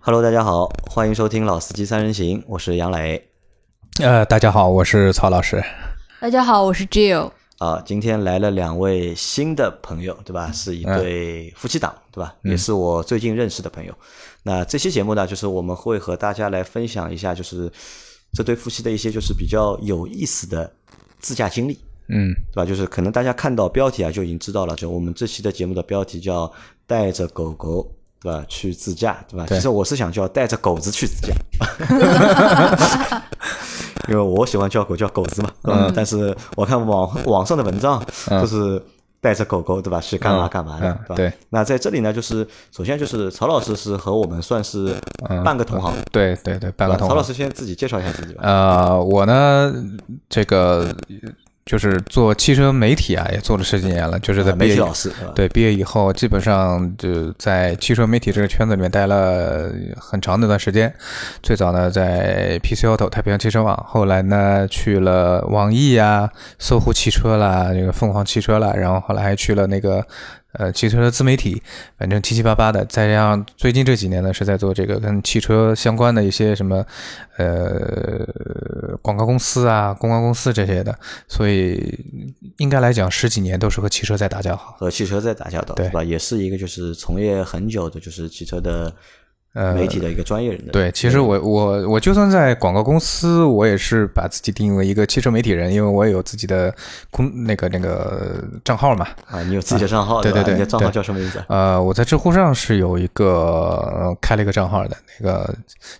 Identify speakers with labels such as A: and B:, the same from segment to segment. A: Hello，大家好，欢迎收听《老司机三人行》，我是杨磊。
B: 呃，大家好，我是曹老师。
C: 大家好，我是 Jill。
A: 啊，今天来了两位新的朋友，对吧？是一对夫妻档，对吧？也是我最近认识的朋友。那这期节目呢，就是我们会和大家来分享一下，就是这对夫妻的一些就是比较有意思的自驾经历，
B: 嗯，
A: 对吧？就是可能大家看到标题啊，就已经知道了，就我们这期的节目的标题叫“带着狗狗”。对吧？去自驾，对吧？
B: 对
A: 其实我是想叫带着狗子去自 驾，因为我喜欢叫狗叫狗子嘛。对
B: 嗯
A: 吧？但是我看网网上的文章，就是带着狗狗，对吧？去干嘛
B: 嗯
A: 干嘛的，
B: 嗯
A: 对吧？
B: 对。
A: 那在这里呢，就是首先就是曹老师是和我们算是半个同行，
B: 对对对，嗯
A: 对
B: 半个
A: 吧？
B: 同
A: 曹老
B: 行。
A: 师先自己介绍一下自己吧。
B: 呃，我呢，这个就是做汽车媒体啊，也做了十几年了，就是在
A: 媒
B: 毕
A: 体
B: 业以
A: 老师，对吧？
B: 对毕业以后，基本上就在汽车媒体这个圈子里面待了很长的一段时间。最早呢，在 PC Auto 太平洋汽车网，后来呢去了网易啊、搜狐汽车啦、这个凤凰汽车啦，然后后来还去了那个呃汽车自媒体，反正七七八八的。再加上最近这几年呢，是在做这个跟汽车相关的一些什么呃广告公司啊、公关公司这些的，所以应该来讲，十几年都是和汽车在打交道。
A: 和汽车在打交道，
B: 对
A: 吧？也是一个就是从业很久的，就是汽车的媒体的一个专业人的。
B: 呃对，其实我我我就算在广告公司，我也是把自己定义为一个汽车媒体人，因为我也有自己的公那个那个账号嘛。
A: 啊，你有自己的账号，
B: 对
A: 吧？
B: 对对
A: 你的账号
B: 对
A: 叫什么名字啊？
B: 呃，我在知乎上是有一个、呃开了一个账号的，那个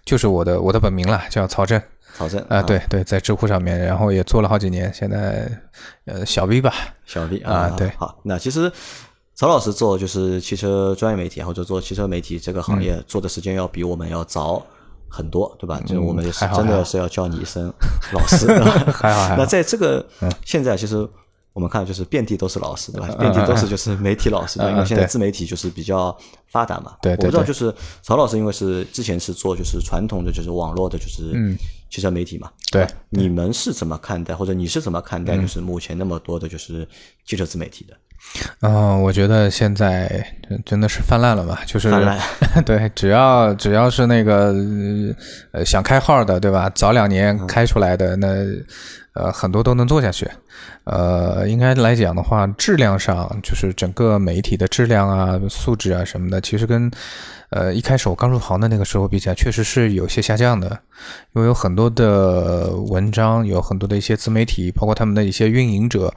B: 就是我的我的本名啦，叫曹震。
A: 曹正
B: 啊、对对，在知乎上面，然后也做了好几年，现在呃小 V 吧，
A: 小 V
B: 啊对
A: 好，那其实曹老师做就是汽车专业媒体或者做汽车媒体这个
B: 嗯
A: 行业做的时间要比我们要早很多，对吧？就我们也是
B: 嗯还好
A: 真
B: 还
A: 的
B: 好
A: 是要叫你一声老师，对吧？
B: 还好还
A: 那
B: 嗯好。
A: 在这个现在，其实我们看就是遍地都是老师，对吧？遍地都是就是媒体老师，对吧
B: 嗯嗯嗯
A: 因为现在
B: 对
A: 自媒体就是比较发达嘛。我
B: 对对
A: 不知道
B: 对
A: 就是曹老师，因为是之前是做就是传统的就是网络的就是
B: 嗯
A: 汽车媒体嘛，
B: 对，
A: 你们是怎么看待，或者你是怎么看待就是目前那么多的就是汽车自媒体的？
B: 嗯、我觉得现在真真的是泛滥了吧，就是
A: 泛滥
B: 对，只要只要是那个呃想开号的，对吧？早两年开出来的，那呃很多都能做下去。呃，应该来讲的话，质量上就是整个媒体的质量啊、素质啊什么的，其实跟呃一开始我刚入行的那个时候比起来，确实是有些下降的。因为有很多的文章，有很多的一些自媒体，包括他们的一些运营者，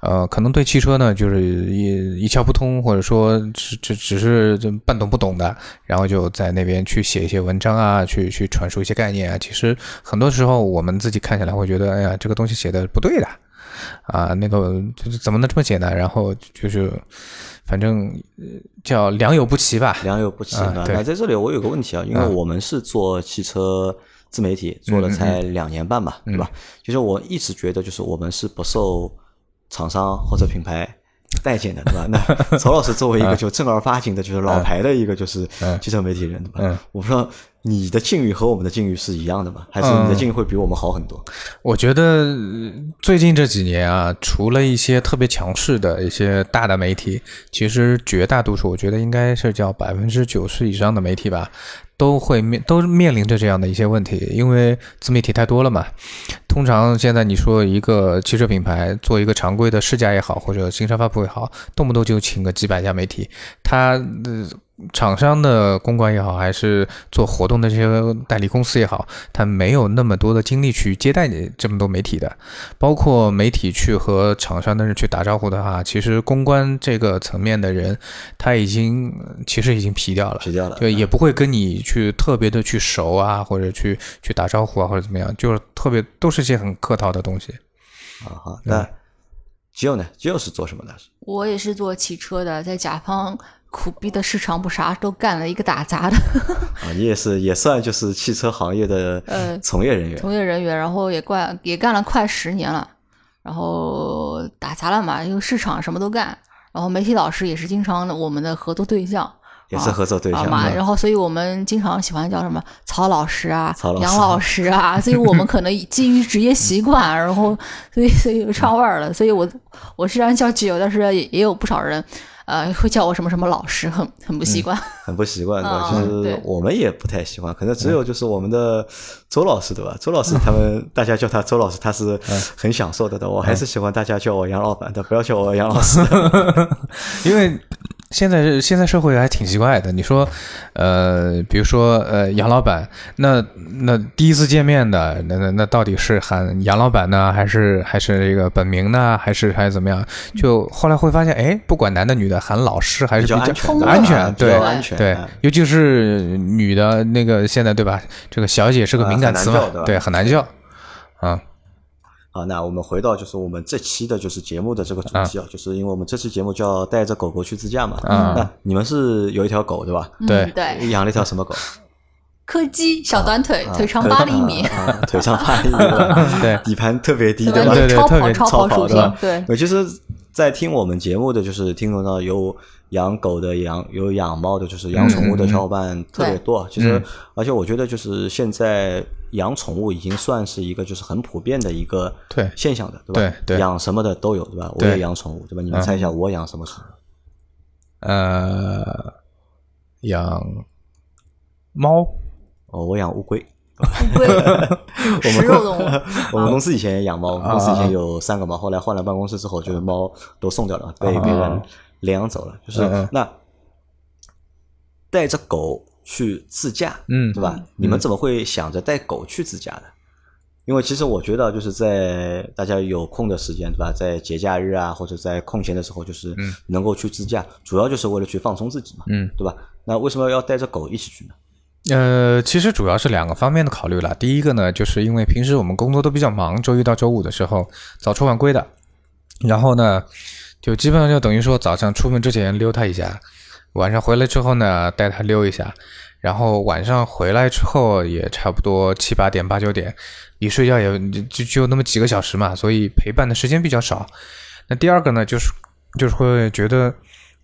B: 呃，可能对汽车呢就是一一窍不通，或者说只只只是就半懂不懂的，然后就在那边去写一些文章啊，去去阐述一些概念啊。其实很多时候我们自己看起来会觉得，哎呀，这个东西写的不对的。啊，那个就是怎么能这么写呢？然后就是，反正呃叫良莠不齐吧。
A: 良莠不齐
B: 啊
A: 对吧？
B: 对
A: 那在这里我有个问题啊，因为我们是做汽车自媒体，做
B: 嗯
A: 了才两年半吧，对吧？其实我一直觉得，就是我们是不受厂商或者品牌。待见的，对 吧？那曹老师作为一
B: 啊
A: 个就正儿八经的，就是老牌的一个就是汽车媒体人，对
B: 嗯
A: 吧？我不知道你的境遇和我们的境遇是一样的吗？还是
B: 嗯
A: 你的境遇会比我们好很多？
B: 我觉得呃最近这几年啊，除了一些特别强势的一些大的媒体，其实绝大多数，我觉得应该是叫百分之九十以上的媒体吧，都会面都面临着这样的一些问题，因为自媒体太多了嘛。通常现在你说一个汽车品牌做一个常规的试驾也好，或者新车发布也好，动不动就请个几百家媒体，它呃厂商的公关也好，还是做活动的这些代理公司也好，他没有那么多的精力去接待你这么多媒体的，包括媒体去和厂商的人去打招呼的话，其实公关这个层面的人，他已经其实已经皮掉了。
A: 皮掉了，
B: 就也不会跟你去特别的去熟啊，或者去去打招呼啊，或者怎么样，就是特别都是些很客套的东西。
A: 啊好，那吉友呢？吉友是做什么的？啊
C: 我也是做汽车的，在甲方苦逼的市场部啥都干了，一个打杂的
A: 啊，你也是也算就是汽车行业的
C: 呃
A: 从业人员，
C: 从业人员，然后也干也干了快十年了，然后打杂了嘛，因为市场什么都干，然后媒体老师也是经常我们的合作对象。
A: 也是合作对象
C: 啊。嘛，然后所以我们经常喜欢叫什么曹老师啊、
A: 曹老师
C: 杨老师啊， 所以我们可能基于职业习惯，然后所以所以有串味儿了。所以我我虽然叫基友，但是也也有不少人呃，会叫我什么什么老师，很很不习惯。
A: 很不习惯对吧？就
C: 嗯
A: 是
C: 对
A: 我们也不太喜欢，可能只有就是我们的周老师对吧？周老师他们大家叫他周老师，他是很享受的的。我还是喜欢大家叫我杨老板的，不要叫我杨老师。
B: 因为现在是现在社会还挺奇怪的。你说，呃，比如说，呃，杨老板，那那第一次见面的，那那那到底是喊杨老板呢，还是还是
A: 嗯
B: 这个本名呢，还是还是怎么样？就后来会发现，哎，不管男的女的，喊老师还是
A: 比
B: 比
A: 较
B: 较
A: 安全的，
B: 安
A: 啊
B: 全，
A: 比较
B: 对。
A: 安全，
B: 对
A: 啊，
B: 尤其是女的那个现在对吧？这个小姐是个
A: 啊
B: 敏感
A: 很
B: 词
A: 难
B: 嘛
A: 叫对吧，
B: 对，很难叫。啊，
A: 好，那我们回到就是我们这期的就是节目的这个主题啊，就是因为我们这期节目叫带着狗狗去自驾嘛。
B: 嗯
A: 那啊你们是有一条狗对吧？
C: 嗯
B: 对
C: 啊对，
A: 养了一条什么狗？
C: 柯基小短腿，
A: 啊
C: 腿长八厘 米，
A: 啊啊腿长八厘米，对吧
B: 对
A: 底盘特别低，
C: 吧？
A: 吧？
B: 对
C: 你
B: 对
C: 超
B: 特
C: 跑
B: 别
C: 超
A: 超
C: 跑
A: 跑
C: 属
A: 对吧
C: 性， 对，
A: 我其实，在听我们节目的就是听众呢，有养狗的、养有养猫的，就是养宠物的小伙伴特别多。啊其实，而且我觉得就是现在养宠物已经算是一个就是很普遍的一个
B: 对
A: 现象的，对吧？
B: 对对
A: 养什么的都有，对吧？我
B: 对嗯
A: 也养宠物，对吧？你们猜一下我养什么宠物？
B: 呃，养猫，
A: 哦，我养乌龟。
C: 乌龟， 食肉动物，
A: 我们公司以前也养猫，我们公司以
B: 啊
A: 前有三个猫，后来换了办公室之后，就是猫都送掉了，被
B: 啊
A: 别人领养走了。就是
B: 嗯嗯
A: 那带着狗去自驾，
B: 嗯
A: 对吧？你们怎么会想着带狗去自驾呢？因为其实我觉得，就是在大家有空的时间，对吧？在节假日啊，或者在空闲的时候，就是能够去自驾，主要就是为了去放松自己嘛，
B: 嗯，
A: 对吧？那为什么要带着狗一起去呢？
B: 呃，其实主要是两个方面的考虑啦。第一个呢，就是因为平时我们工作都比较忙，周一到周五的时候早出晚归的，然后呢，就基本上就等于说早上出门之前溜它一下，晚上回来之后呢带它溜一下，然后晚上回来之后也差不多七八点八九点，离睡觉也就就就那么几个小时嘛，所以陪伴的时间比较少。那第二个呢，就是就是会觉得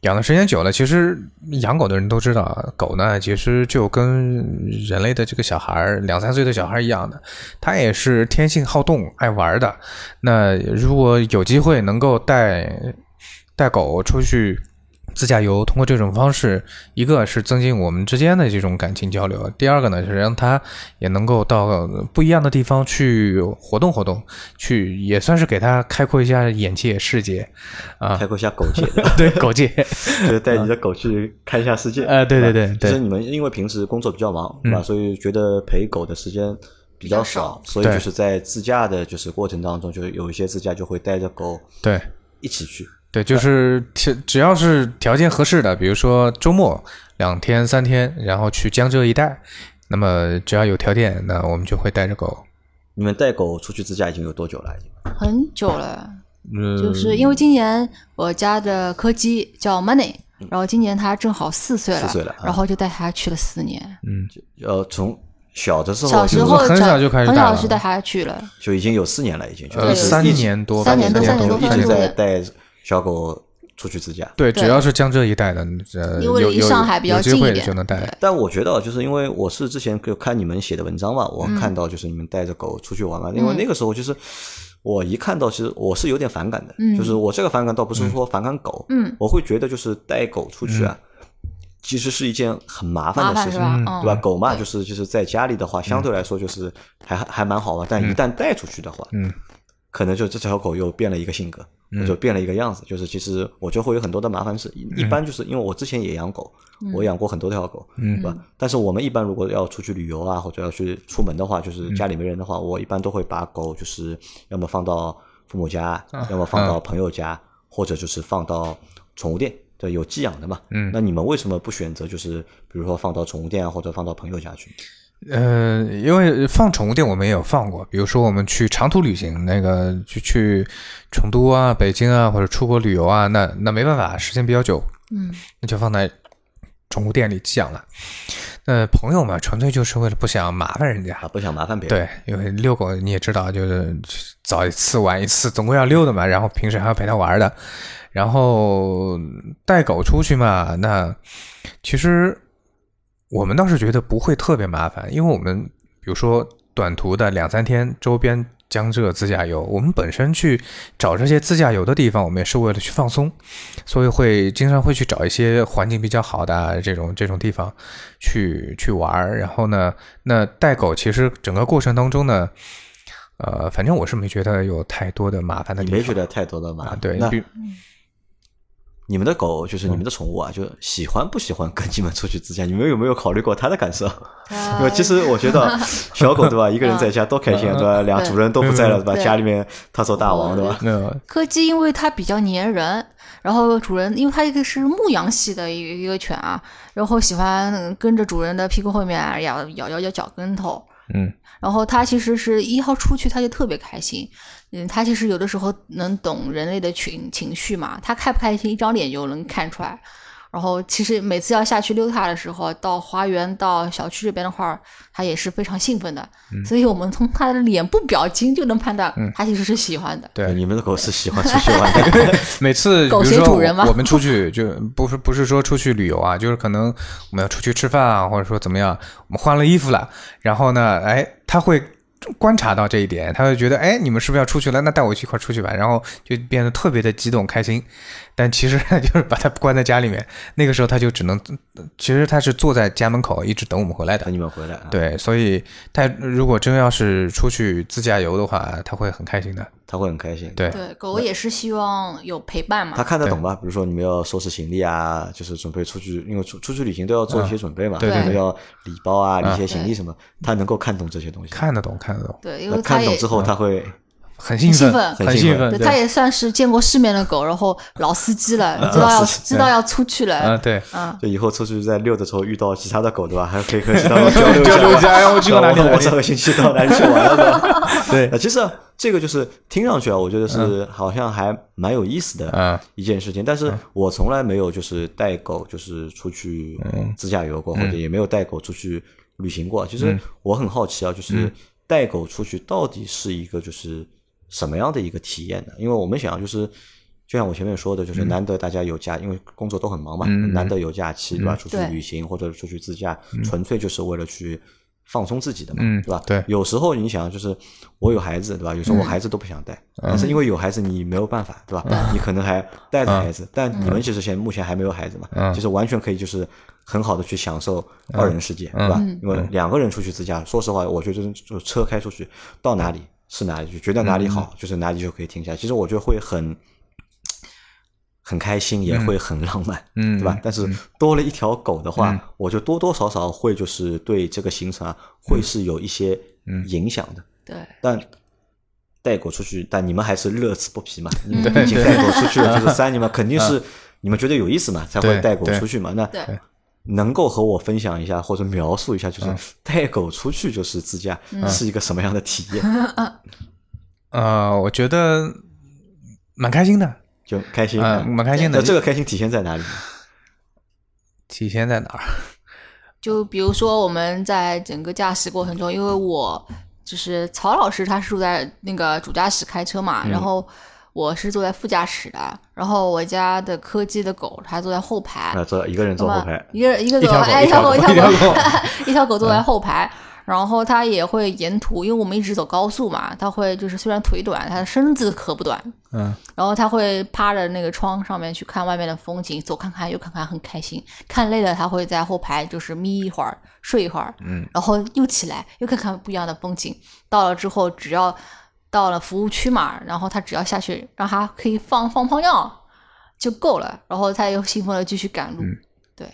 B: 养的时间久了，其实养狗的人都知道啊，狗呢其实就跟人类的这个小孩儿两三岁的小孩儿一样的，它也是天性好动、爱玩的。那如果有机会能够带带狗出去自驾游，通过这种方式，一个是增进我们之间的这种感情交流，第二个呢是让它也能够到不一样的地方去活动活动，去也算是给它开阔一下眼界、世界 啊。
A: 开阔一下狗界，对吧
B: 对狗界，
A: 就是带你的狗去看一下世界。
B: 呃对
A: 吧
B: 对对
A: 其
B: 对
A: 实你们因为平时工作比较忙，对吧？
B: 嗯
A: 所以觉得陪狗的时间比较少，所以
B: 对
A: 就是在自驾的就是过程当中，就是有一些自驾就会带着狗
B: 对，
A: 一起去。
B: 对，就是只只要是条件合适的，比如说周末两天三天，然后去江浙一带，那么只要有条件，那我们就会带着狗。
A: 你们带狗出去自驾已经有多久了？已经
C: 很久了。
B: 嗯，
C: 就是因为今年我家的柯基叫 Money，然
B: 嗯
C: 后今年它正好四岁了，
A: 四岁了啊
C: 然后就带它去了四年。
A: 呃，从小的时候
C: 小时
A: 就
C: 候
B: 很小就开始
C: 很
B: 带
C: 小
B: 了啊
C: 就带它去了，
A: 就已经有四年了，已经就
B: 呃
A: 是
B: 三
A: 一直
B: 年多吧，
C: 三年多
A: 三
C: 三年
A: 多
C: 多
A: 一直
C: 三
A: 在
C: 年多
A: 带小狗出去自驾。
B: 对，
C: 对
B: 只要是江浙一带的，呃，
C: 因为
B: 有
C: 离
B: 有
C: 上海比较
B: 有机
C: 近一
B: 会
C: 点
B: 就能带。
A: 但我觉得，啊，就是因为我是之前有看你们写的文章嘛，
C: 嗯
A: 我看到就是你们带着狗出去玩嘛，因为那个时候就是我一看到，其实我是有点反感的，
C: 嗯
A: 就是我这个反感倒不是说反感狗，
C: 嗯，
A: 我会觉得就是带狗出去啊，其实是一件很麻
C: 麻
A: 烦的
C: 烦
A: 事
C: 是
A: 情，
C: 吧？
B: 嗯
C: 嗯，
A: 对吧？狗嘛，就是就是在家里的话，相对来说就是还还蛮好玩，但一旦带出去的话，
B: 嗯，
A: 可能就这条狗又变了一个性格，或者变了一个样子，就是其实我就会有很多的麻烦事。一一般就是因为我之前也养狗，我养过很多条狗，
B: 嗯
A: 对吧？但是我们一般如果要出去旅游啊，或者要去出门的话，
B: 嗯
A: 就是家里没人的话，我一般都会把狗就是要么放到父母家，
B: 啊
A: 要么放到朋友家，或者就是放到宠物店。对，有寄养的嘛？
B: 嗯
A: 那你们为什么不选择就是比如说放到宠物店啊，或者放到朋友家去？
B: 呃，因为放宠物店我们也有放过，比如说我们去长途旅行，那个去去成都啊、北京啊，或者出国旅游啊，那那没办法，时间比较久，
C: 嗯，
B: 那就放在宠物店里寄养了。那朋友嘛，纯粹就是为了不想麻烦人家。
A: 啊，不想麻烦别人。
B: 对，因为遛狗你也知道，就是早一次晚一次，总归要遛的嘛。然后平时还要陪它玩的，然后带狗出去嘛，那其实我们倒是觉得不会特别麻烦，因为我们比如说短途的两三天，周边江浙自驾游，我们本身去找这些自驾游的地方，我们也是为了去放松，所以会经常会去找一些环境比较好的啊这种这种地方去去玩儿。然后呢，那带狗其实整个过程当中呢，呃，反正我是没觉得有太多的麻烦的
A: 你
B: 地方。
A: 没觉得太多的麻
B: 啊？
A: 烦？
B: 对，
A: 那
B: 比
A: 你们的狗就是你们的宠物啊，就喜欢不喜欢跟你们出去自驾？你们有没有考虑过它的感受？
B: 嗯
A: 因为其实我觉得小狗对 吧，一个人在家多开心啊，对吧？
B: 嗯
A: 俩主人都不在了，对吧？
C: 对
A: 家里面它做大王，对吧？
B: 没有
C: 柯基因为它比较粘人，然后主人因为它一个是牧羊系的一个一个犬啊，然后喜欢跟着主人的屁股后面啊咬咬咬咬脚跟头。
B: 嗯，
C: 然后它其实是一号出去，它就特别开心。嗯，它其实有的时候能懂人类的情情绪嘛，它开不开心，一张脸就能看出来。然后其实每次要下去溜它的时候，到花园、到小区这边的话，它也是非常兴奋的。所以我们从它的脸部表情就能判断，它其实是喜欢的。
B: 对
A: 你们的狗是喜欢出去玩 的，
B: 每次比
C: 狗
B: 如
C: 随
B: 说
C: 主人嘛
B: 我我们出去就不是不是说出去旅游啊，就是可能我们要出去吃饭啊，或者说怎么样，我们换了衣服了，然后呢，哎，他会观察到这一点，他会觉得哎，你们是不是要出去了？那带我一块出去吧，然后就变得特别的激动开心。但其实 就是把他关在家里面，那个时候他就只能，其实他是坐在家门口一直等我们回来的
A: 等。你们回来啊，
B: 对，所以他如果真要是出去自驾游的话，他会很开心的。
A: 它会很开心。
B: 对，
C: 对，狗也是希望有陪伴嘛
A: 它。看得懂吧？比如说你们要收拾行李啊，就是准备出去，因为出出去旅行都要做一些准备嘛，
B: 嗯对
C: 对
A: 可能
C: 对
A: 要理包啊、理一些
C: 嗯
A: 行李什么，它能够看懂这些东西。
B: 看得懂，看得懂，
C: 对，因
A: 那
C: 为它
A: 看懂
C: 也
A: 之后，它会
B: 嗯很兴奋，
C: 兴奋
B: 很兴奋。
C: 对，
B: 对
C: 它也算是见过世面的狗，然后老司机了，知道要知道要出去
B: 啊，
C: 了。
B: 对，
C: 嗯，
A: 就以后出去在遛的时候遇到其他的狗，对吧？还可以和 其他狗交流一下。
B: 交流一下哎我去过哪里
A: 对吧
B: 哪里
A: 我我这个星期到哪里去玩了，对吧？
B: 对，
A: 啊，其实啊这个就是听上去啊，我觉得是好像还蛮有意思
B: 嗯
A: 的一件事情，但是我从来没有就是带狗就是出去
B: 嗯
A: 自驾游过，或者也没有带狗出去旅行过。其
B: 嗯
A: 实我很好奇啊，就是带狗出去到底是一个就是什么样的一个体验呢？因为我们想就是。就像我前面说的，就是难得大家有假，因为工作都很忙嘛，
B: 嗯嗯嗯
A: 难得有假期，对吧？出去
C: 对
A: 旅行或者出去自驾，纯粹就是为了去放松自己的嘛，
B: 嗯
A: 对吧？
B: 对嗯
A: 有时候你想，就是我有孩子，对吧？有时候我孩子都不想带，但是因为有孩子你没有办法，对吧？你可能还带着孩子，但你们其实现在目前还没有孩子嘛，
B: 嗯
A: 其实完全可以就是很好的去享受二人世界，对
B: 嗯
A: 吧？因为两个人出去自驾，说实话，我觉得就车开出去到哪里是哪里，就觉得哪里
B: 嗯
A: 好，就是哪里就可以停下来。其实我觉得会很。很开心，也会很浪漫，
B: 嗯
A: 对吧？但是多了一条狗的话，我就多多少少会就是对这个行程啊，会是有一些
B: 嗯
A: 影响的。
C: 对，
A: 但带狗出去，但你们还是乐此不疲嘛。你
C: 嗯
A: 们毕竟带狗出去了就是三 年嘛，肯定是你们觉得有意思嘛，才会
B: 嗯对
A: 带狗
B: 对
A: 出去嘛。那
C: 对
A: 能够和我分享一下或者描述一下，
B: 嗯
A: 就是带狗出去就是自驾是一个什么样的体验？
B: 呃，我觉得蛮开心的，
A: 就开心。
B: 嗯、蛮开心
A: 那
B: 的。
A: 这个开心体现在哪里呢？
B: 体现在哪儿？
C: 就比如说我们在整个驾驶过程中，因为我就是曹老师，他是住在那个主驾驶开车嘛，然后我是坐在副驾驶的，然后我家的柯基的狗它坐在后排，
A: 啊，坐一个人坐后排，
C: 一个一个
B: 一
C: 狗，
B: 条狗
C: 哎，
B: 一条
C: 狗，
B: 狗
C: 一条
B: 一条狗
C: 一条狗坐在后排，然后它也会沿途，因为我们一直走高速嘛，它会就是虽然腿短，它的身子可不短，
B: 嗯，
C: 然后它会趴着那个窗上面去看外面的风景，左看看右看看，很开心。看累了，它会在后排就是眯一会儿，睡一会儿，嗯，然后又起来，又看看不一样的风景。到了之后，只要到了服务区嘛，然后它只要下去，让它可以放放泡尿就够了，然后它又兴奋的继续赶路。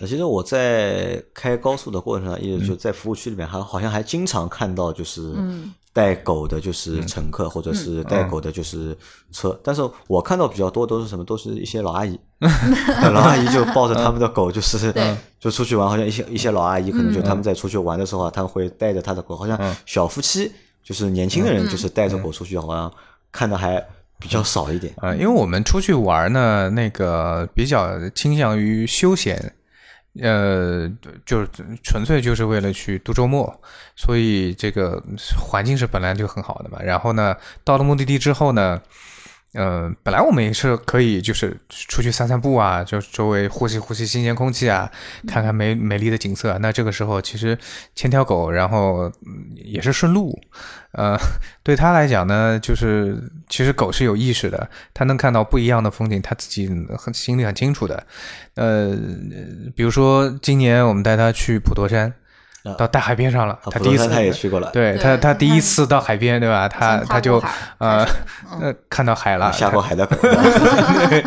A: 那其实我在开高速的过程上，一直就在服务区里面还，好像还经常看到就是
C: 嗯
A: 带狗的，就是乘客、或者是带狗的，就是车。但是我看到比较多都是什么，都是一些老阿姨，老阿姨就抱着他们的狗，就是
C: 对
A: 就出去玩。好像一些一些老阿姨可能就他们在出去玩的时候啊，他们会带着他的狗，好像小夫妻就是年轻的人，就是带着狗出去，好像看的还比较少一点。
B: 呃，因为我们出去玩呢，那个比较倾向于休闲，呃，就是纯粹就是为了去度周末，所以这个环境是本来就很好的嘛。然后呢，到了目的地之后呢，呃，本来我们也是可以，就是出去散散步啊，就周围呼吸呼吸新鲜空气啊，看看美美丽的景色啊。那这个时候其实牵条狗，然后嗯也是顺路，呃，对它来讲呢，就是其实狗是有意识的，它能看到不一样的风景，它自己很心里很清楚的。呃，比如说今年我们带它去普陀山
A: 啊。
B: 到大海边上了，它
A: 普
B: 第
A: 陀
B: 一
A: 山
B: 次
A: 他也去过了，
B: 对
C: 对
B: 他，他
C: 他
B: 第一次到海边，对吧？他
C: 先
B: 他
C: 踏
B: 就
C: 过海
B: 呃
C: 开始嗯
B: 呃看到海了，
A: 下过海的狗。 哎，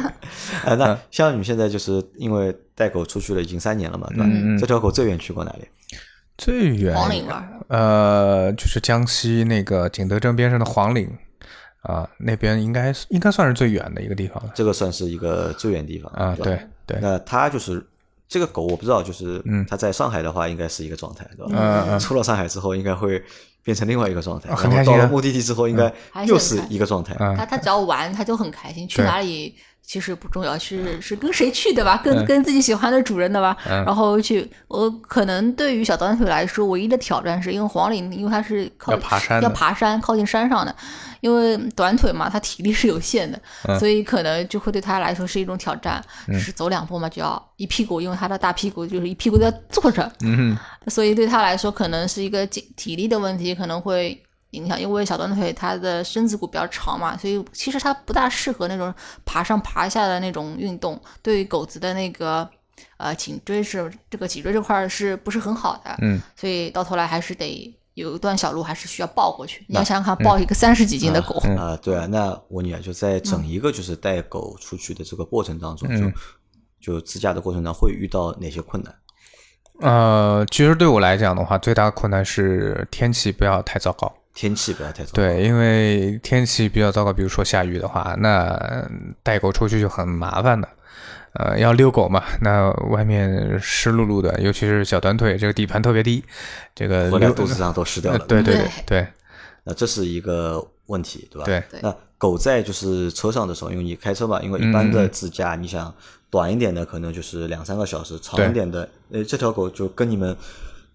A: 那
B: 嗯
A: 像你们现在就是因为带狗出去了，已经三年了嘛，对吧？
B: 嗯嗯
A: 这条狗最远去过哪里？
B: 最远
C: 黄岭玩，
B: 呃，就是江西那个景德镇边上的黄岭啊、那边应该是应该算是最远的一个地方了
A: 这个算是一个最远地方
B: 啊、
A: 对吧
B: 对对，
A: 那它就是这个狗，我不知道，就是它在上海的话，应该是一个状态，对吧？
B: 嗯嗯
A: 出了上海之后，应该会变成另外一个状态。
B: 啊很
A: 然后
B: 开心
A: 到
B: 啊
A: 了目的地之后，应该
C: 还是
A: 又
C: 很
A: 是一个状态。
B: 嗯
C: 他他只要玩，他就很开心。去
B: 对
C: 哪里其实不重要，是是跟谁去的吧，
B: 嗯
C: 跟、跟自己喜欢的主人的吧。然后去，我可能对于小短腿来说，唯一的挑战是因为黄岭，因为它是靠
B: 要爬山的
C: 要爬山，靠近山上的。因为短腿嘛，它体力是有限的，
B: 嗯
C: 所以可能就会对它来说是一种挑战，就是走两步嘛，就要一屁股，因为它的大屁股就是一屁股都要坐着，
B: 嗯
C: 所以对他来说可能是一个体体力的问题，可能会影响，因为小短腿它的身子骨比较长嘛，所以其实它不大适合那种爬上爬下的那种运动，对于狗子的那个呃颈椎是这个脊椎这块儿是不是很好的？
B: 嗯，
C: 所以到头来还是得有一段小路还是需要抱过去。你要想想看，
B: 嗯
C: 抱一个三十几斤的狗，
A: 啊、对啊，那我女儿就在
C: 嗯
A: 整一个就是带狗出去的这个过程当中，
B: 嗯
A: 就就自驾的过程当中会遇到哪些困难？
B: 呃，其实对我来讲的话，最大的困难是天气不要太糟糕。
A: 天气不要太糟。，
B: 对，因为天气比较糟糕，比如说下雨的话，那带狗出去就很麻烦的。呃，要遛狗嘛，那外面湿漉漉的，尤其是小短腿，这个底盘特别低，这个
A: 回来
B: 遛
A: 肚子上都湿掉
B: 呃
A: 了。
B: 对对对
C: 对
B: 对
A: 那这是一个问题，对吧？
B: 对
C: 对
A: 那狗在就是车上的时候，因为你开车嘛，因为一般的自驾，你想短一点的可能就是两三个小时，长一点的，
B: 嗯
A: 呃，这条狗就跟你们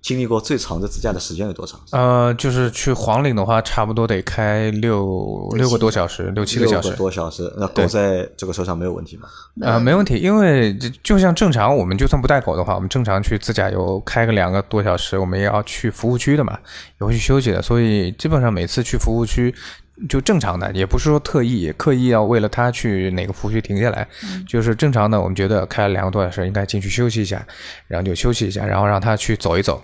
A: 经历过最长的自驾的时间有多长？
B: 呃，就是去黄岭的话，差不多得开六六个多小时，六七个小
A: 六
B: 时。
A: 多小时。那狗在这个车上没有问题吗？
B: 呃，没问题，因为就就像正常，我们就算不带狗的话，我们正常去自驾游开个两个多小时，我们也要去服务区的嘛，也会去休息的，所以基本上每次去服务区就正常的，也不是说特意刻意要为了它去哪个服务区停下来，就是正常的，我们觉得开了两个多小时应该进去休息一下，然后就休息一下，然后让它去走一走。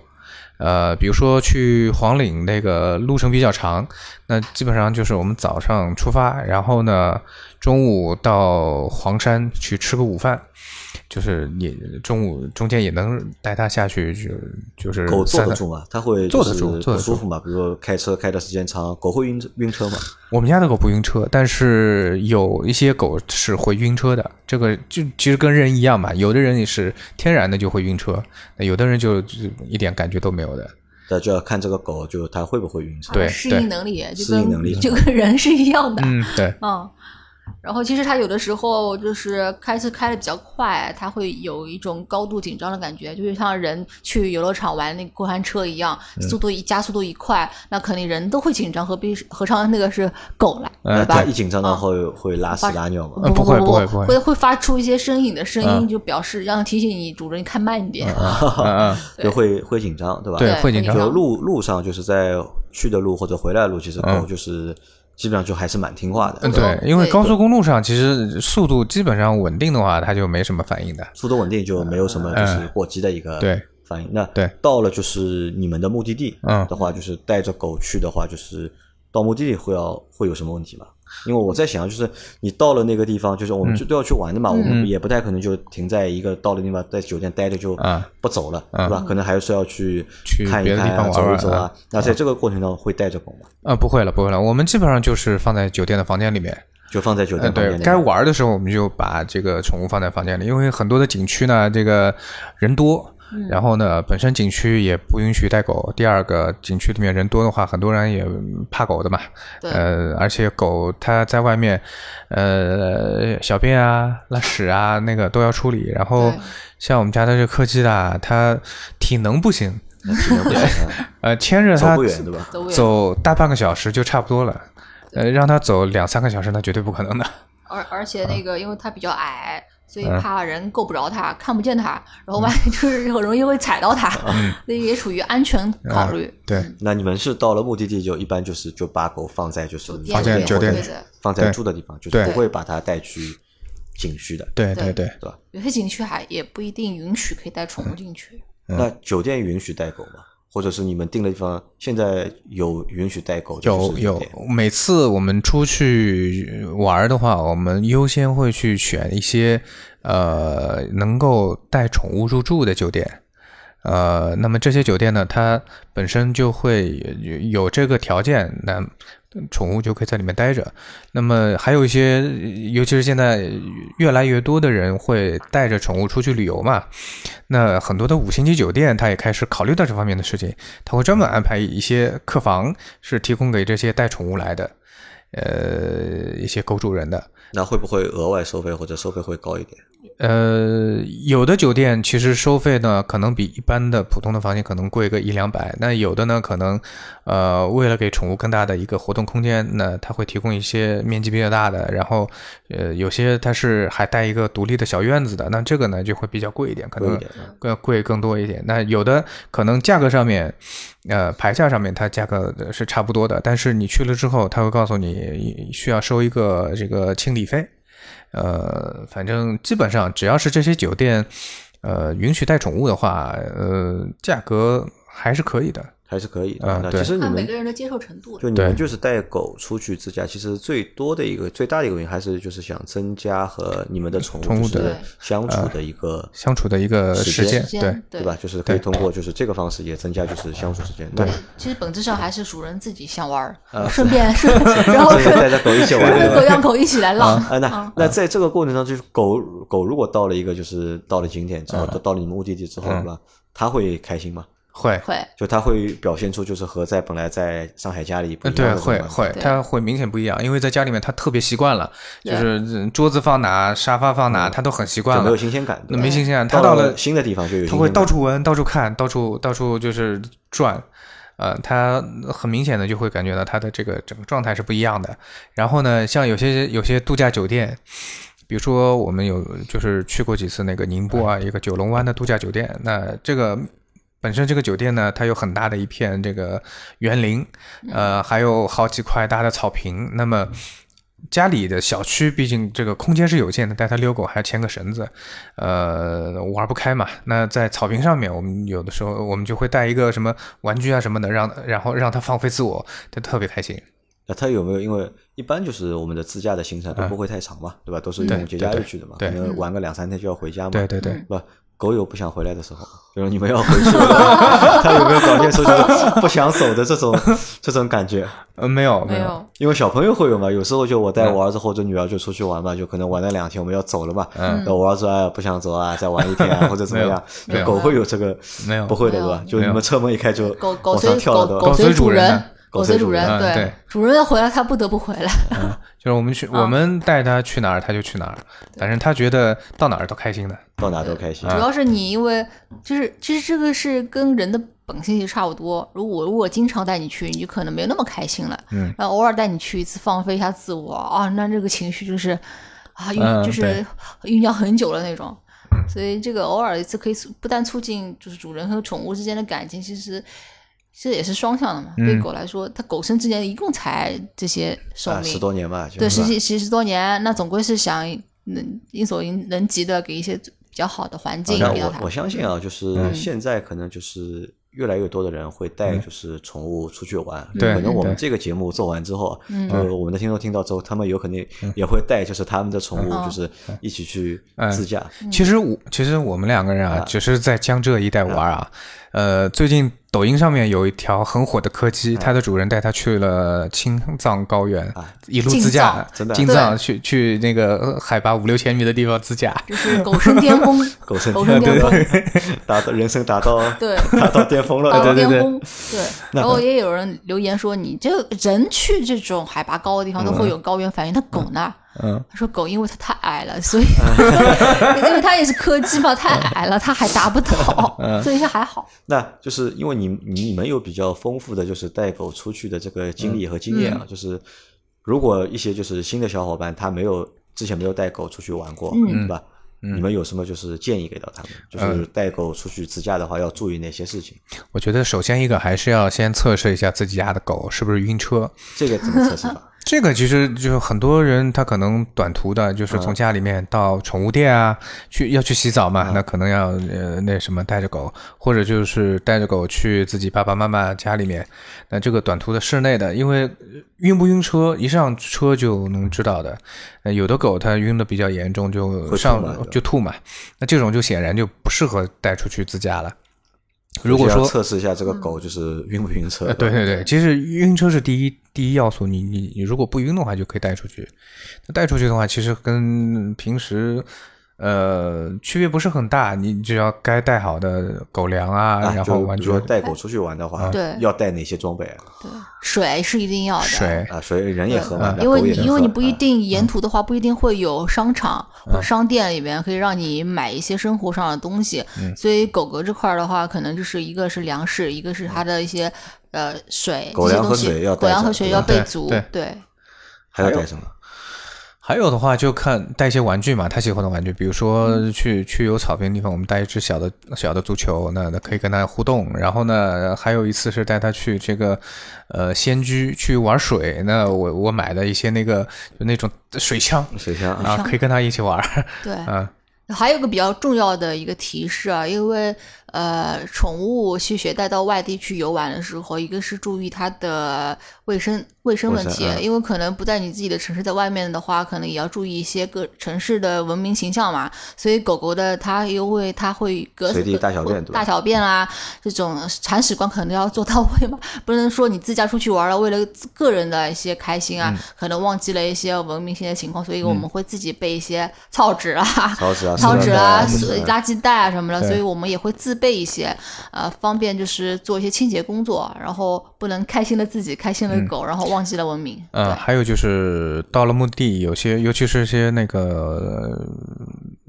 B: 呃，比如说去黄岭那个路程比较长，那基本上就是我们早上出发，然后呢，中午到黄山去吃个午饭，就是也中午中间也能带它下去，就就是
A: 狗坐
B: 散
A: 得
B: 散
A: 住吗？它会
B: 嗯坐得住
A: 就是
B: 坐得
A: 不
B: 住
A: 舒服吗？比如说开车开的时间长，狗会晕晕车吗？
B: 我们家的狗不晕车，但是有一些狗是会晕车的。这个就其实跟人一样嘛，有的人也是天然的就会晕车，那有的人就就一点感觉都没有的。
A: 那就要看这个狗，就它会不会晕车。
B: 对
C: 适应能力就
A: 适应能力
C: 跟就跟人是一样的。
B: 嗯，对，
C: 嗯，然后其实他有的时候就是开车开的比较快，他会有一种高度紧张的感觉，就是像人去游乐场玩那个过山车一样，
B: 嗯
C: 速度一加速度一快，那肯定人都会紧张，何必是何尝那个是狗来，
A: 那
C: 对
A: 它
C: 吧
A: 一？紧张的话会会拉屎
C: 发
A: 拉尿吗？
B: 哎呃不
C: 不
B: 会
C: 不
B: 不会不会
C: 会会发出一些呻吟的声
B: 嗯
C: 音，就表示让提醒你主人开慢一点。
B: 嗯嗯，
C: 对
A: 就会会紧张，对吧？
B: 对，
C: 对
B: 会紧张
C: 会紧。
A: 就
C: 张
A: 路路上就是在去的路或者回来的路，其实
B: 嗯
A: 狗就是基本上就还是蛮听话的，
B: 嗯，
A: 吧
B: 对，因为
C: 对
B: 高速公路上其实速度基本上稳定的话，它就没什么反应的。
A: 速度稳定就没有什么就是过激的一个
B: 嗯对
A: 反应。那
B: 对
A: 到了就是你们的目的地
B: 嗯
A: 的话，就是带着狗去的话，就是到目的地会要会有什么问题吗？因为我在想，就是你到了那个地方，就是我们
B: 嗯
A: 就都要去玩的嘛，我们也不太可能就停在一个到了地方在酒店待着就
B: 啊
A: 不走了，对吧？可能还是要去
B: 去
A: 看
B: 别
A: 一
B: 的地
A: 看啊、
B: 方玩玩嗯
A: 走一走啊。那在这个过程中会带着狗吗？
B: 啊、不会了，不会了，我们基本上就是放在酒店的房间里面，
A: 就放在酒
B: 呃，
A: 店旁边
B: 对
A: 那，
B: 该
A: 边。
B: 玩的时候我们就把这个宠物放在房间里，因为很多的景区呢，这个人多，然后呢，本身景区也不允许带狗。第二个，景区里面人多的话，很多人也怕狗的嘛。
C: 对
B: 呃，而且狗它在外面，呃，小便啊、拉屎啊，那个都要处理。然后
C: 对
B: 像我们家的这柯基啦，它体能不行，
A: 那体能不行啊，
B: 呃，牵着
A: 走
B: 它
A: 不远对吧？
C: 走不远
B: 走大半个小时就差不多了。呃，让他走两三个小时，那绝对不可能的。
C: 而而且那个，因为它比较矮，所以怕人够不着它，看不见它，然后吧，就是很容易会踩到它， 所以也属于安全考虑。
B: 对，
A: 那你们是到了目的地就一般就是就把狗放在就是
C: 酒
B: 放
C: 店
B: 在
C: 对
B: 酒店
C: 对的，
A: 放在
B: 对
A: 住的地方，就
B: 对嗯
A: 是不会把它带去景区的，
B: 对对
C: 对
B: 对，
A: 对吧？
C: 有些景区还也不一定允许可以带宠物进去。
A: 那酒店允许带狗吗？或者是你们定的地方现在有允许带狗的
B: 有
A: 就是酒
B: 有
A: 店？，
B: 每次我们出去玩儿的话，我们优先会去选一些呃能够带宠物入住的酒店。呃，那么这些酒店呢，它本身就会有有这个条件，那宠物就可以在里面待着。那么还有一些，尤其是现在越来越多的人会带着宠物出去旅游嘛，那很多的五星级酒店，它也开始考虑到这方面的事情，它会专门安排一些客房是提供给这些带宠物来的，呃，一些狗主人的。
A: 那会不会额外收费或者收费会高一点？
B: 呃，有的酒店其实收费呢，可能比一般的普通的房间可能贵个一两百。那有的呢，可能呃，为了给宠物更大的一个活动空间，那它会提供一些面积比较大的，然后呃，有些它是还带一个独立的小院子的。那这个呢，就会比较贵一点，可
A: 贵一
B: 能
A: 点啊
B: 更贵更多一点。那有的可能价格上面，呃，牌价上面它价格是差不多的，但是你去了之后，他会告诉你需要收一个这个清理费。呃，反正基本上只要是这些酒店，呃，允许带宠物的话，呃，价格还是可以的。
A: 还是可以的。
B: 啊
A: 那
B: 对
A: 其实你
C: 看每
A: 们
C: 个人的接受程度了
A: 就你们
B: 对
A: 就是带狗出去自驾，其实最多的一个最大的一个原因还是就是想增加和你们的宠
B: 宠
A: 物
B: 物啊
A: 就是
C: 的
A: 相处的一个
B: 相处的一个
A: 时
B: 时
A: 间
B: 间，
C: 时
B: 对
C: 间，
A: 对吧？？就是可以通过就是这个方式也增加就是相处时间。那
C: 其实本质上还是主人自己想玩儿，
A: 啊
C: 顺便顺，然后
A: 带
C: 顺
A: 着狗一起玩，
C: 顺
A: 对
C: 便狗
A: 吧？
C: 让狗一起来浪。
A: 啊，那那在这个过程中，就是狗狗如果到了一个就是到了景点
B: 嗯
A: 之后，到到了你们目的地之后，对吧？它会开心吗？
B: 会，
C: 会，
A: 就它会表现出就是和在本来在上海家里不
B: 嗯，
A: 一样
B: 对，
A: 的
B: 会
A: 那种
B: 会，
C: 对
B: 它会明显不一样，因为在家里面它特别习惯了，就
C: 对
B: 是嗯桌子放哪，沙发放哪，它都很习惯
A: 就
B: 了，
A: 没有新鲜感，对
B: 那
A: 吧
B: 没新鲜感。它
A: 到
B: 到
A: 了
B: 了
A: 新的地方就有新
B: 它
A: 鲜
B: 会
A: 感
B: 到处闻、到处看、到处到处就是转，呃，它很明显的就会感觉到它的这个整个状态是不一样的。然后呢，像有些有些度假酒店，比如说我们有就是去过几次那个宁波啊，一个九龙湾的度假酒店，那这个。本身这个酒店呢，它有很大的一片这个园林，呃，还有好几块大的草坪。那么家里的小区，毕竟这个空间是有限的，带它遛狗还要牵个绳子，呃，玩不开嘛。那在草坪上面，我们有的时候我们就会带一个什么玩具啊什么的，让然后让它放飞自我，它特别开心。
A: 那它有没有？因为一般就是我们的自驾的行程都不会太长嘛，对吧？都是用节假日去的嘛，可
B: 嗯对嗯
A: 能玩个两三天就要回家嘛，
B: 对对对，
A: 对吧？狗有不想回来的时候，就是你们要回去 了，它有没有表现出就是不想走的这种这种感觉？
B: 呃，没有
C: 没
B: 有，
C: 有，
A: 因为小朋友会有嘛，有时候就我带
B: 嗯
A: 我儿子或者女儿就出去玩嘛，就可能玩了两天，我们要走了嘛，嗯，我儿子哎不想走啊，再玩一天 啊，或者怎么样？
B: 没有嗯
A: 就狗会有这个
B: 没有
A: 不会的对吧？
C: 没有
A: 就你们车门一开就
C: 狗狗
A: 往上
C: 随
A: 跳
C: 狗
A: 了对吧？
B: 狗
C: 狗
B: 随
C: 随
B: 主人
C: 人
B: 呢，
A: 狗
C: 狗
A: 随
C: 随
A: 主
C: 主
A: 人
B: 嗯对
C: 对，主人要回来，它不得不回来。
B: 就是我们去，
A: 啊
B: 我们带它去哪儿，它就去哪儿，反正它觉得到哪儿都开心的。
A: 到哪都开心
B: 嗯
C: 主。要是你因为就是其实这个是跟人的本性就差不多。如果如果经常带你去，你就可能没有那么开心了。
B: 嗯，
C: 然后偶尔带你去一次，放飞一下自我啊，那这个情绪就是啊，酝、
B: 嗯
C: 就是
B: 对
C: 酝酿很久了那种。所以这个偶尔一次可以促不但促进就是主人和宠物之间的感情，其实。其实也是双向的嘛，对
B: 嗯
C: 狗来说，它狗生之年一共才这些寿
A: 啊，
C: 命，
A: 十多年吧，就
C: 对，
A: 是
C: 十
A: 吧
C: 几十十多年，那总归是想能力所能及的，给一些比较好的环境
A: 那
C: 给到
A: 我
C: 它。
A: 我相信啊，
B: 嗯
A: 就是现在可能就是越来越多的人会带就是宠物出去玩。
B: 嗯对
A: 可能我们
B: 对
A: 这个节目做完之后，啊
C: 嗯
A: 就是我们的听众听到之后，他们有肯定也会带就是他们的宠物，
C: 嗯
A: 就是一起去
B: 嗯
A: 自驾。
B: 其实我其实我们两个人啊，只是在江浙一带玩啊。呃，最近抖音上面有一条很火的柯基，它的主人带它去了青藏高原
A: 啊，
B: 一路
C: 进
B: 自驾
C: 藏，
A: 真的啊
B: 进藏去去那个呃海拔五六千米的地方自驾。
C: 就是狗生 巅峰，
A: 狗生
C: 狗生巅峰，
A: 达到人生达到
C: 对，
A: 达到巅峰了，
C: 达到
A: 哦对
C: 巅
A: 对对。
C: 峰，对。然后也有人留言说，你这人去这种海拔高的
A: 嗯
C: 地方都会有高原反应，它狗呢？
B: 嗯，
C: 他说狗因为它太矮 了，所以因为它也是柯基嘛，太
A: 嗯
C: 矮了，它还达不到，所以是还好。
A: 那就是因为
C: 嗯
A: 你你你们有比较丰富的就是带狗出去的这个经历和经验啊，就是。如果一些就是新的小伙伴，他没有之前没有带狗出去玩
C: 嗯
A: 过，对吧？
B: 嗯
A: 你们有什么就是建议给到他们？
B: 呃
A: 就是带狗出去自驾的话，要注意哪些事情？
B: 我觉得首先一个还是要先测试一下自己家的狗是不是晕车。
A: 这个怎么测试法？
B: 这个其实就是很多人他可能短途的，就是从家里面到宠物店啊，去要去洗澡嘛，那可能要呃那什么带着狗，或者就是带着狗去自己爸爸妈妈家里面。那这个短途的室内的，因为晕不晕车，一上车就能知道的。呃有的狗它晕的比较严重，就
A: 会
B: 上
A: 吐嘛对吧
B: 就吐嘛，那这种就显然就不适合带出去自驾了。 如果
A: 就是啊要
B: 说
A: 测试一下这个
C: 嗯
A: 狗就是晕不晕车，
B: 呃，对对对，其实晕车是第一第一要素，你你你如果不晕的话，就可以带出去。那带出去的话，其实跟平时呃区别不是很大，你只要该带好的狗粮啊，
A: 啊，
B: 然后
A: 就
B: 玩
A: 比
B: 具
A: 如说带狗出去玩的话，
C: 对
A: 要带哪些装备啊？
C: 对，水是一定要的。
B: 水，
A: 啊，所以人也喝嘛，那
C: 因为
A: 狗
C: 你
A: 也能
C: 因为
A: 喝
C: 你不一
A: 啊
C: 定沿途的话不一定会有商场
A: 嗯
C: 或者商店里面可以让你买一些生活上的东西，
A: 嗯
C: 所以狗狗这块儿的话，可能就是一个是粮食，一个是它的一些呃水
A: 嗯狗
C: 这些
A: 粮和
C: 东西
A: 水要，带
C: 狗粮
A: 着
C: 和水
A: 对
C: 要
A: 吧
C: 备
B: 对
C: 足
B: 对，
C: 对，
A: 还要带什么？
B: 还有的话就看带一些玩具嘛，他喜欢的玩具，比
A: 嗯
B: 如说去去有草坪的地方，我们带一只小的小的足球，那那可以跟它互动。然后呢，还有一次是带它去这个呃仙居去玩水，那我我买了一些那个就那种水枪。
A: 水箱啊，
B: 啊，可以跟他一起玩儿。
C: 对，
B: 嗯
C: 还有一个比较重要的一个提示啊，因为呃，宠物去携带到外地去游玩的时候，一个是注意它的卫生卫生问题
A: 卫，生嗯
C: 因为可能不在你自己的城市，在外面的话，可能也要注意一些各城市的文明形象嘛。所以狗狗的它因为它会隔
A: 随地大小便对吧
C: 大小便啦、这种铲屎官可能要做到位嘛，不能说你自驾出去玩了，为了自个人的一些开心啊，可能忘记了一些文明性的情况，所以我们会自己备一些草纸啊、
A: 草纸啊，
C: 草纸啊、
A: 塑
C: 所
A: 料袋啊
C: 垃圾袋啊什么的，
B: 对
C: 所以我们也会自备一些，呃，方便就是做一些清洁工作，然后不能开心了自己，开心了狗，然后忘记了文明。
B: 嗯，
C: 对
B: 还有就是到了目的地，有些尤其是一些那个呃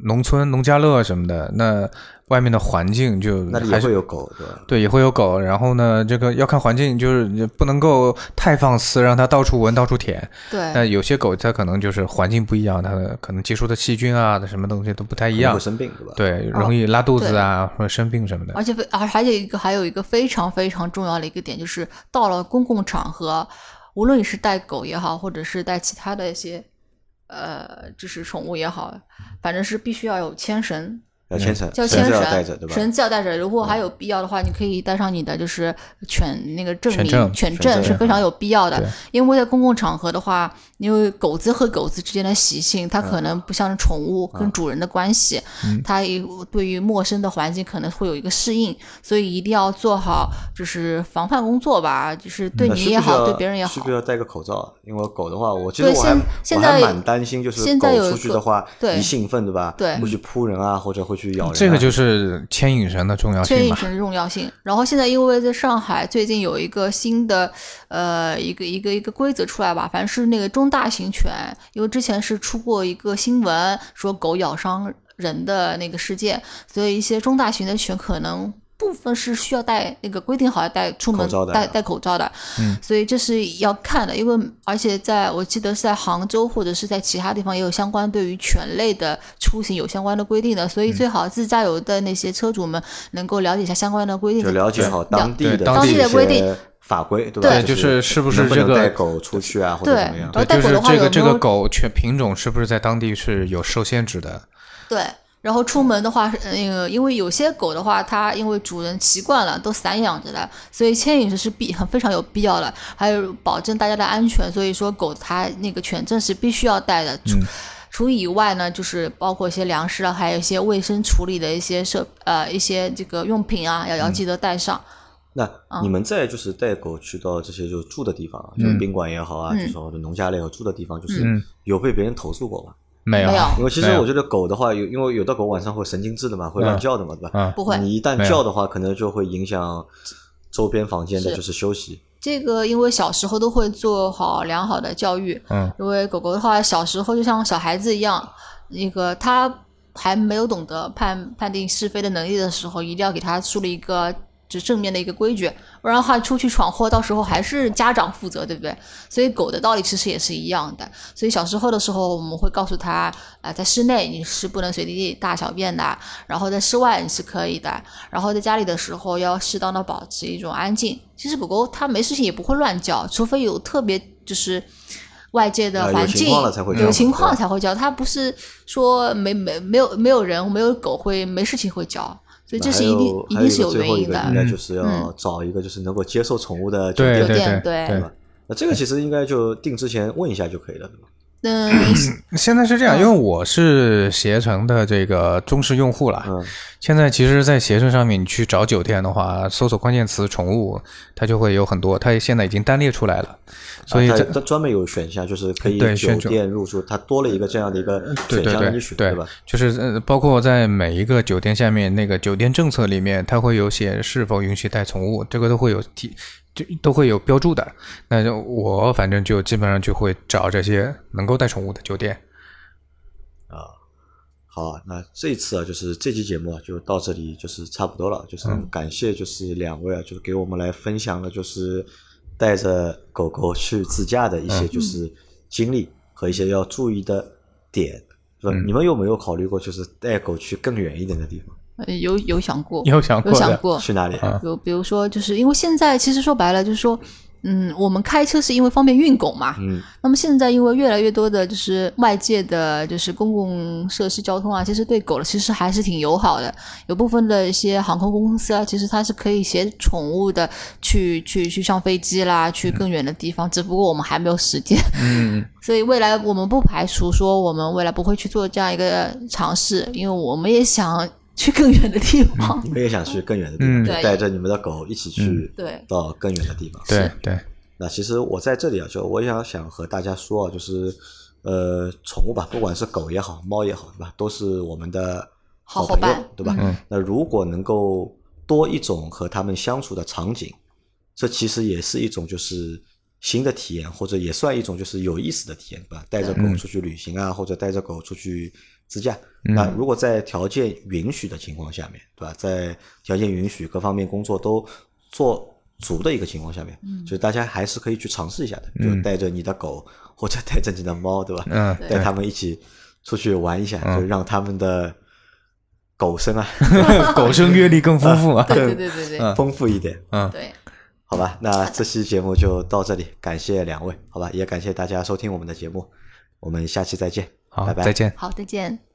B: 农村、农家乐什么的，那外面的环境就
A: 那里也
B: 还是
A: 会有狗对吧？
B: 对也会有狗。然后呢，这个要看环境，就是你不能够太放肆，让它到处闻、到处舔。
C: 对
B: 那有些狗它可能就是环境不一样，它的可能接触的细菌啊、什么东西都不太一
A: 会
B: 样，
A: 生病对吧？
B: 对，容易拉肚子啊、或者生病什么
A: 哦
B: 的。
C: 而且非而还有一个还有一个非常非常重要的一个点，就是到了公共场合，无论你是带狗也好，或者是带其他的一些，呃，就是宠物也好，反正是必须要有牵绳，
A: 要牵绳，
C: 叫
A: 绳
C: 嗯牵
A: 子
C: 绳
A: 要带着对吧？嗯
C: 绳子要带着。如果还有必要的话，你可以带上你的就是犬那个证
B: 犬
C: 明，
B: 证
C: 犬
A: 犬证
C: 证是非常有必要的
B: 对。
C: 因为在公共场合的话，因为狗子和狗子之间的习性，它
A: 嗯
C: 可能不像是宠物跟主人的关系，
B: 嗯
C: 它也对于陌生的环境可能会有一个适应，所以一定要做好就是防范工作吧，就是对
A: 那
C: 你
A: 需不
C: 也
A: 需要
C: 好，对别人也
A: 需
C: 好
A: 不需。要戴个口罩啊？因为狗的话，我其实
C: 对
A: 我还
C: 现现
A: 我还
C: 在
A: 蛮担心，就是
C: 现
A: 狗
C: 在有
A: 出去
C: 个
A: 的话，
C: 对
A: 一兴奋对吧？
C: 对
A: 会去扑人啊，或者会去咬人啊。
B: 这个就是牵引绳的重要
C: 牵
B: 性
C: 引
B: 嘛。
C: 绳的重要性。然后现在因为在上海最近有一个新的呃一个一个一个规则出来吧，反正是那个中大型犬，因为之前是出过一个新闻说狗咬伤人的那个事件，所以一些中大型的犬可能。部分是需要戴那个规定好要戴出门
A: 口罩的
C: 戴戴口罩的，所以这是要看的，因为而且在我记得是在杭州或者是在其他地方也有相关对于犬类的出行有相关的规定的，所以最好自驾游的那些车主们能够了解一下相关的规定，
A: 就了解好当地的
B: 对当地
A: 这
C: 的规定
A: 些法规，对吧？
C: 对
B: 就是是不是
A: 能不
B: 这
A: 能
B: 个
A: 带狗出去啊，或者
C: 对
A: 怎么样？
C: 然后
B: 对，
C: 带
B: 就
C: 狗
B: 是
C: 的话
B: 这个
C: 有
B: 这
C: 没
B: 个
C: 有
B: 狗犬品种是不是在当地是有受限制的？
C: 对。然后出门的话是呃那个，因为有些狗的话，它因为主人习惯了都散养着的，所以牵引绳是必很非常有必要的，还有保证大家的安全。所以说狗它那个犬证是必须要带的。
B: 嗯
C: 除、除以外呢，就是包括一些粮食啊，还有一些卫生处理的一些设呃一些这个用品啊，要要
B: 嗯
C: 记得带上。
A: 那
C: 嗯
A: 你们在就是带狗去到这些就住的地方啊，
B: 嗯
A: 就是宾馆也好
C: 嗯
A: 啊，这种农家乐和住的地方，就是有被别人投诉过吗？
B: 没有，
C: 没有
A: 因为其实
B: 没有
A: 我觉得狗的话，有因为有的狗晚上会神经质的嘛，会乱叫的嘛，对吧
B: 嗯？
C: 不会
A: 你一旦叫的话，可能就会影响周边房间的
C: 是
A: 就是休息。
C: 这个因为小时候都会做好良好的教育，
B: 嗯，
C: 因为狗狗的话，小时候就像小孩子一样，那个它还没有懂得判判定是非的能力的时候，一定要给它树立一个这正面的一个规矩，不然的话出去闯祸，到时候还是家长负责，对不对？所以狗的道理其实也是一样的。所以小时候的时候，我们会告诉他啊、呃在室内你是不能随地大小便的，然后在室外你是可以的，然后在家里的时候要适当的保持一种安静。其实狗狗它没事情也不会乱叫，除非有特别就是。外界的
A: 呃有
C: 环
A: 情
C: 境
A: 况了才会叫
C: 有
A: 嘛
C: 情
A: 对
C: 况
A: 吧
C: 才会叫，它不是说没没没有没有人没有狗会没事情会叫，所以这是一定一定是有原 因
A: 应该
C: 的。
A: 就是要
C: 嗯
A: 找一个就是能够接受宠物的酒
B: 对
A: 店
C: 酒
B: 对
C: 店
B: 对
C: 对
A: 吧？那这个其实应该就定之前问一下就可以了，对吧？
C: 嗯，
B: 现在是这样，因为我是携程的这个忠实用户了。
A: 嗯
B: 现在其实，在携程上面你去找酒店的话，搜索关键词“宠物”，它就会有很多，它现在已经单列出来了。所以
A: 啊
B: 这、
A: 它它专门有选项，就是可以
B: 对
A: 酒
B: 选择
A: 店入住，它多了一个这样的一个
B: 对
A: 选
B: 对
A: 项让你
B: 对
A: 选，
B: 对
A: 吧？
B: 就是呃，包括在每一个酒店下面那个酒店政策里面，它会有写是否允许带宠物，这个都会有提，就都会有标注的。那就我反正就基本上就会找这些能够带宠物的酒店。
A: 好啊，那这一次啊，就是这期节目啊，就到这里，就是差不多了。就是
B: 嗯
A: 感谢，就是两位啊，就是给我们来分享了，就是带着狗狗去自驾的一
B: 嗯
A: 些就是经历和一些要注意的点，是
B: 嗯
A: 吧？你们有没有考虑过，就是带狗去更远一点的地方？
C: 呃有有想过，
B: 有想过
C: 有想
B: 的？
C: 过，
A: 去哪里？
B: 啊
C: 有比如说，就是因为现在其实说白了，就是说，嗯，我们开车是因为方便运狗嘛。
A: 嗯，
C: 那么现在因为越来越多的就是外界的，就是公共设施交通啊，其实对狗的其实还是挺友好的。有部分的一些航空公司啊，其实它是可以携宠物的去去去上飞机啦，去更远的地方。只不过我们还没有时间，
B: 嗯，
C: 所以未来我们不排除说我们未来不会去做这样一个尝试，因为我们也想去更远的地方。
A: 你们也想去更远的地方，
B: 嗯
A: 就
C: 对
A: 带着你们的狗一起去
B: 嗯
C: 对
A: 到更远的地方。
B: 对对，
A: 那其实我在这里啊，就我想想和大家说啊，就是呃，宠物吧，不管是狗也好，猫也好，对吧，都是我们的
C: 好
A: 朋
C: 伙
A: 友
C: 伴，
A: 对吧？
B: 嗯
A: 那如果能够多一种和它们相处的场景，这其实也是一种就是新的体验，或者也算一种就是有意思的体验，对吧？带着狗出去旅行啊，或者带着狗出去自驾。那如果在条件允许的情况下面，对吧？在条件允许、各方面工作都做足的一个情况下面，
C: 嗯
A: 就大家还是可以去尝试一下的，
B: 嗯
A: 就带着你的狗 或者带着你的猫，对吧？
B: 嗯，
C: 对
A: 带他们一起出去玩一下，
B: 嗯
A: 就让他们的狗生 啊
B: 狗生阅历更丰富啊。
C: 对对对对对
B: 嗯
A: 丰富一点，
B: 嗯，
C: 对，
A: 好吧？那这期节目就到这里，感谢两位，好吧？也感谢大家收听我们的节目，我们下期再见，
B: 好，
A: 拜拜
B: 再。见。
C: 好，再见。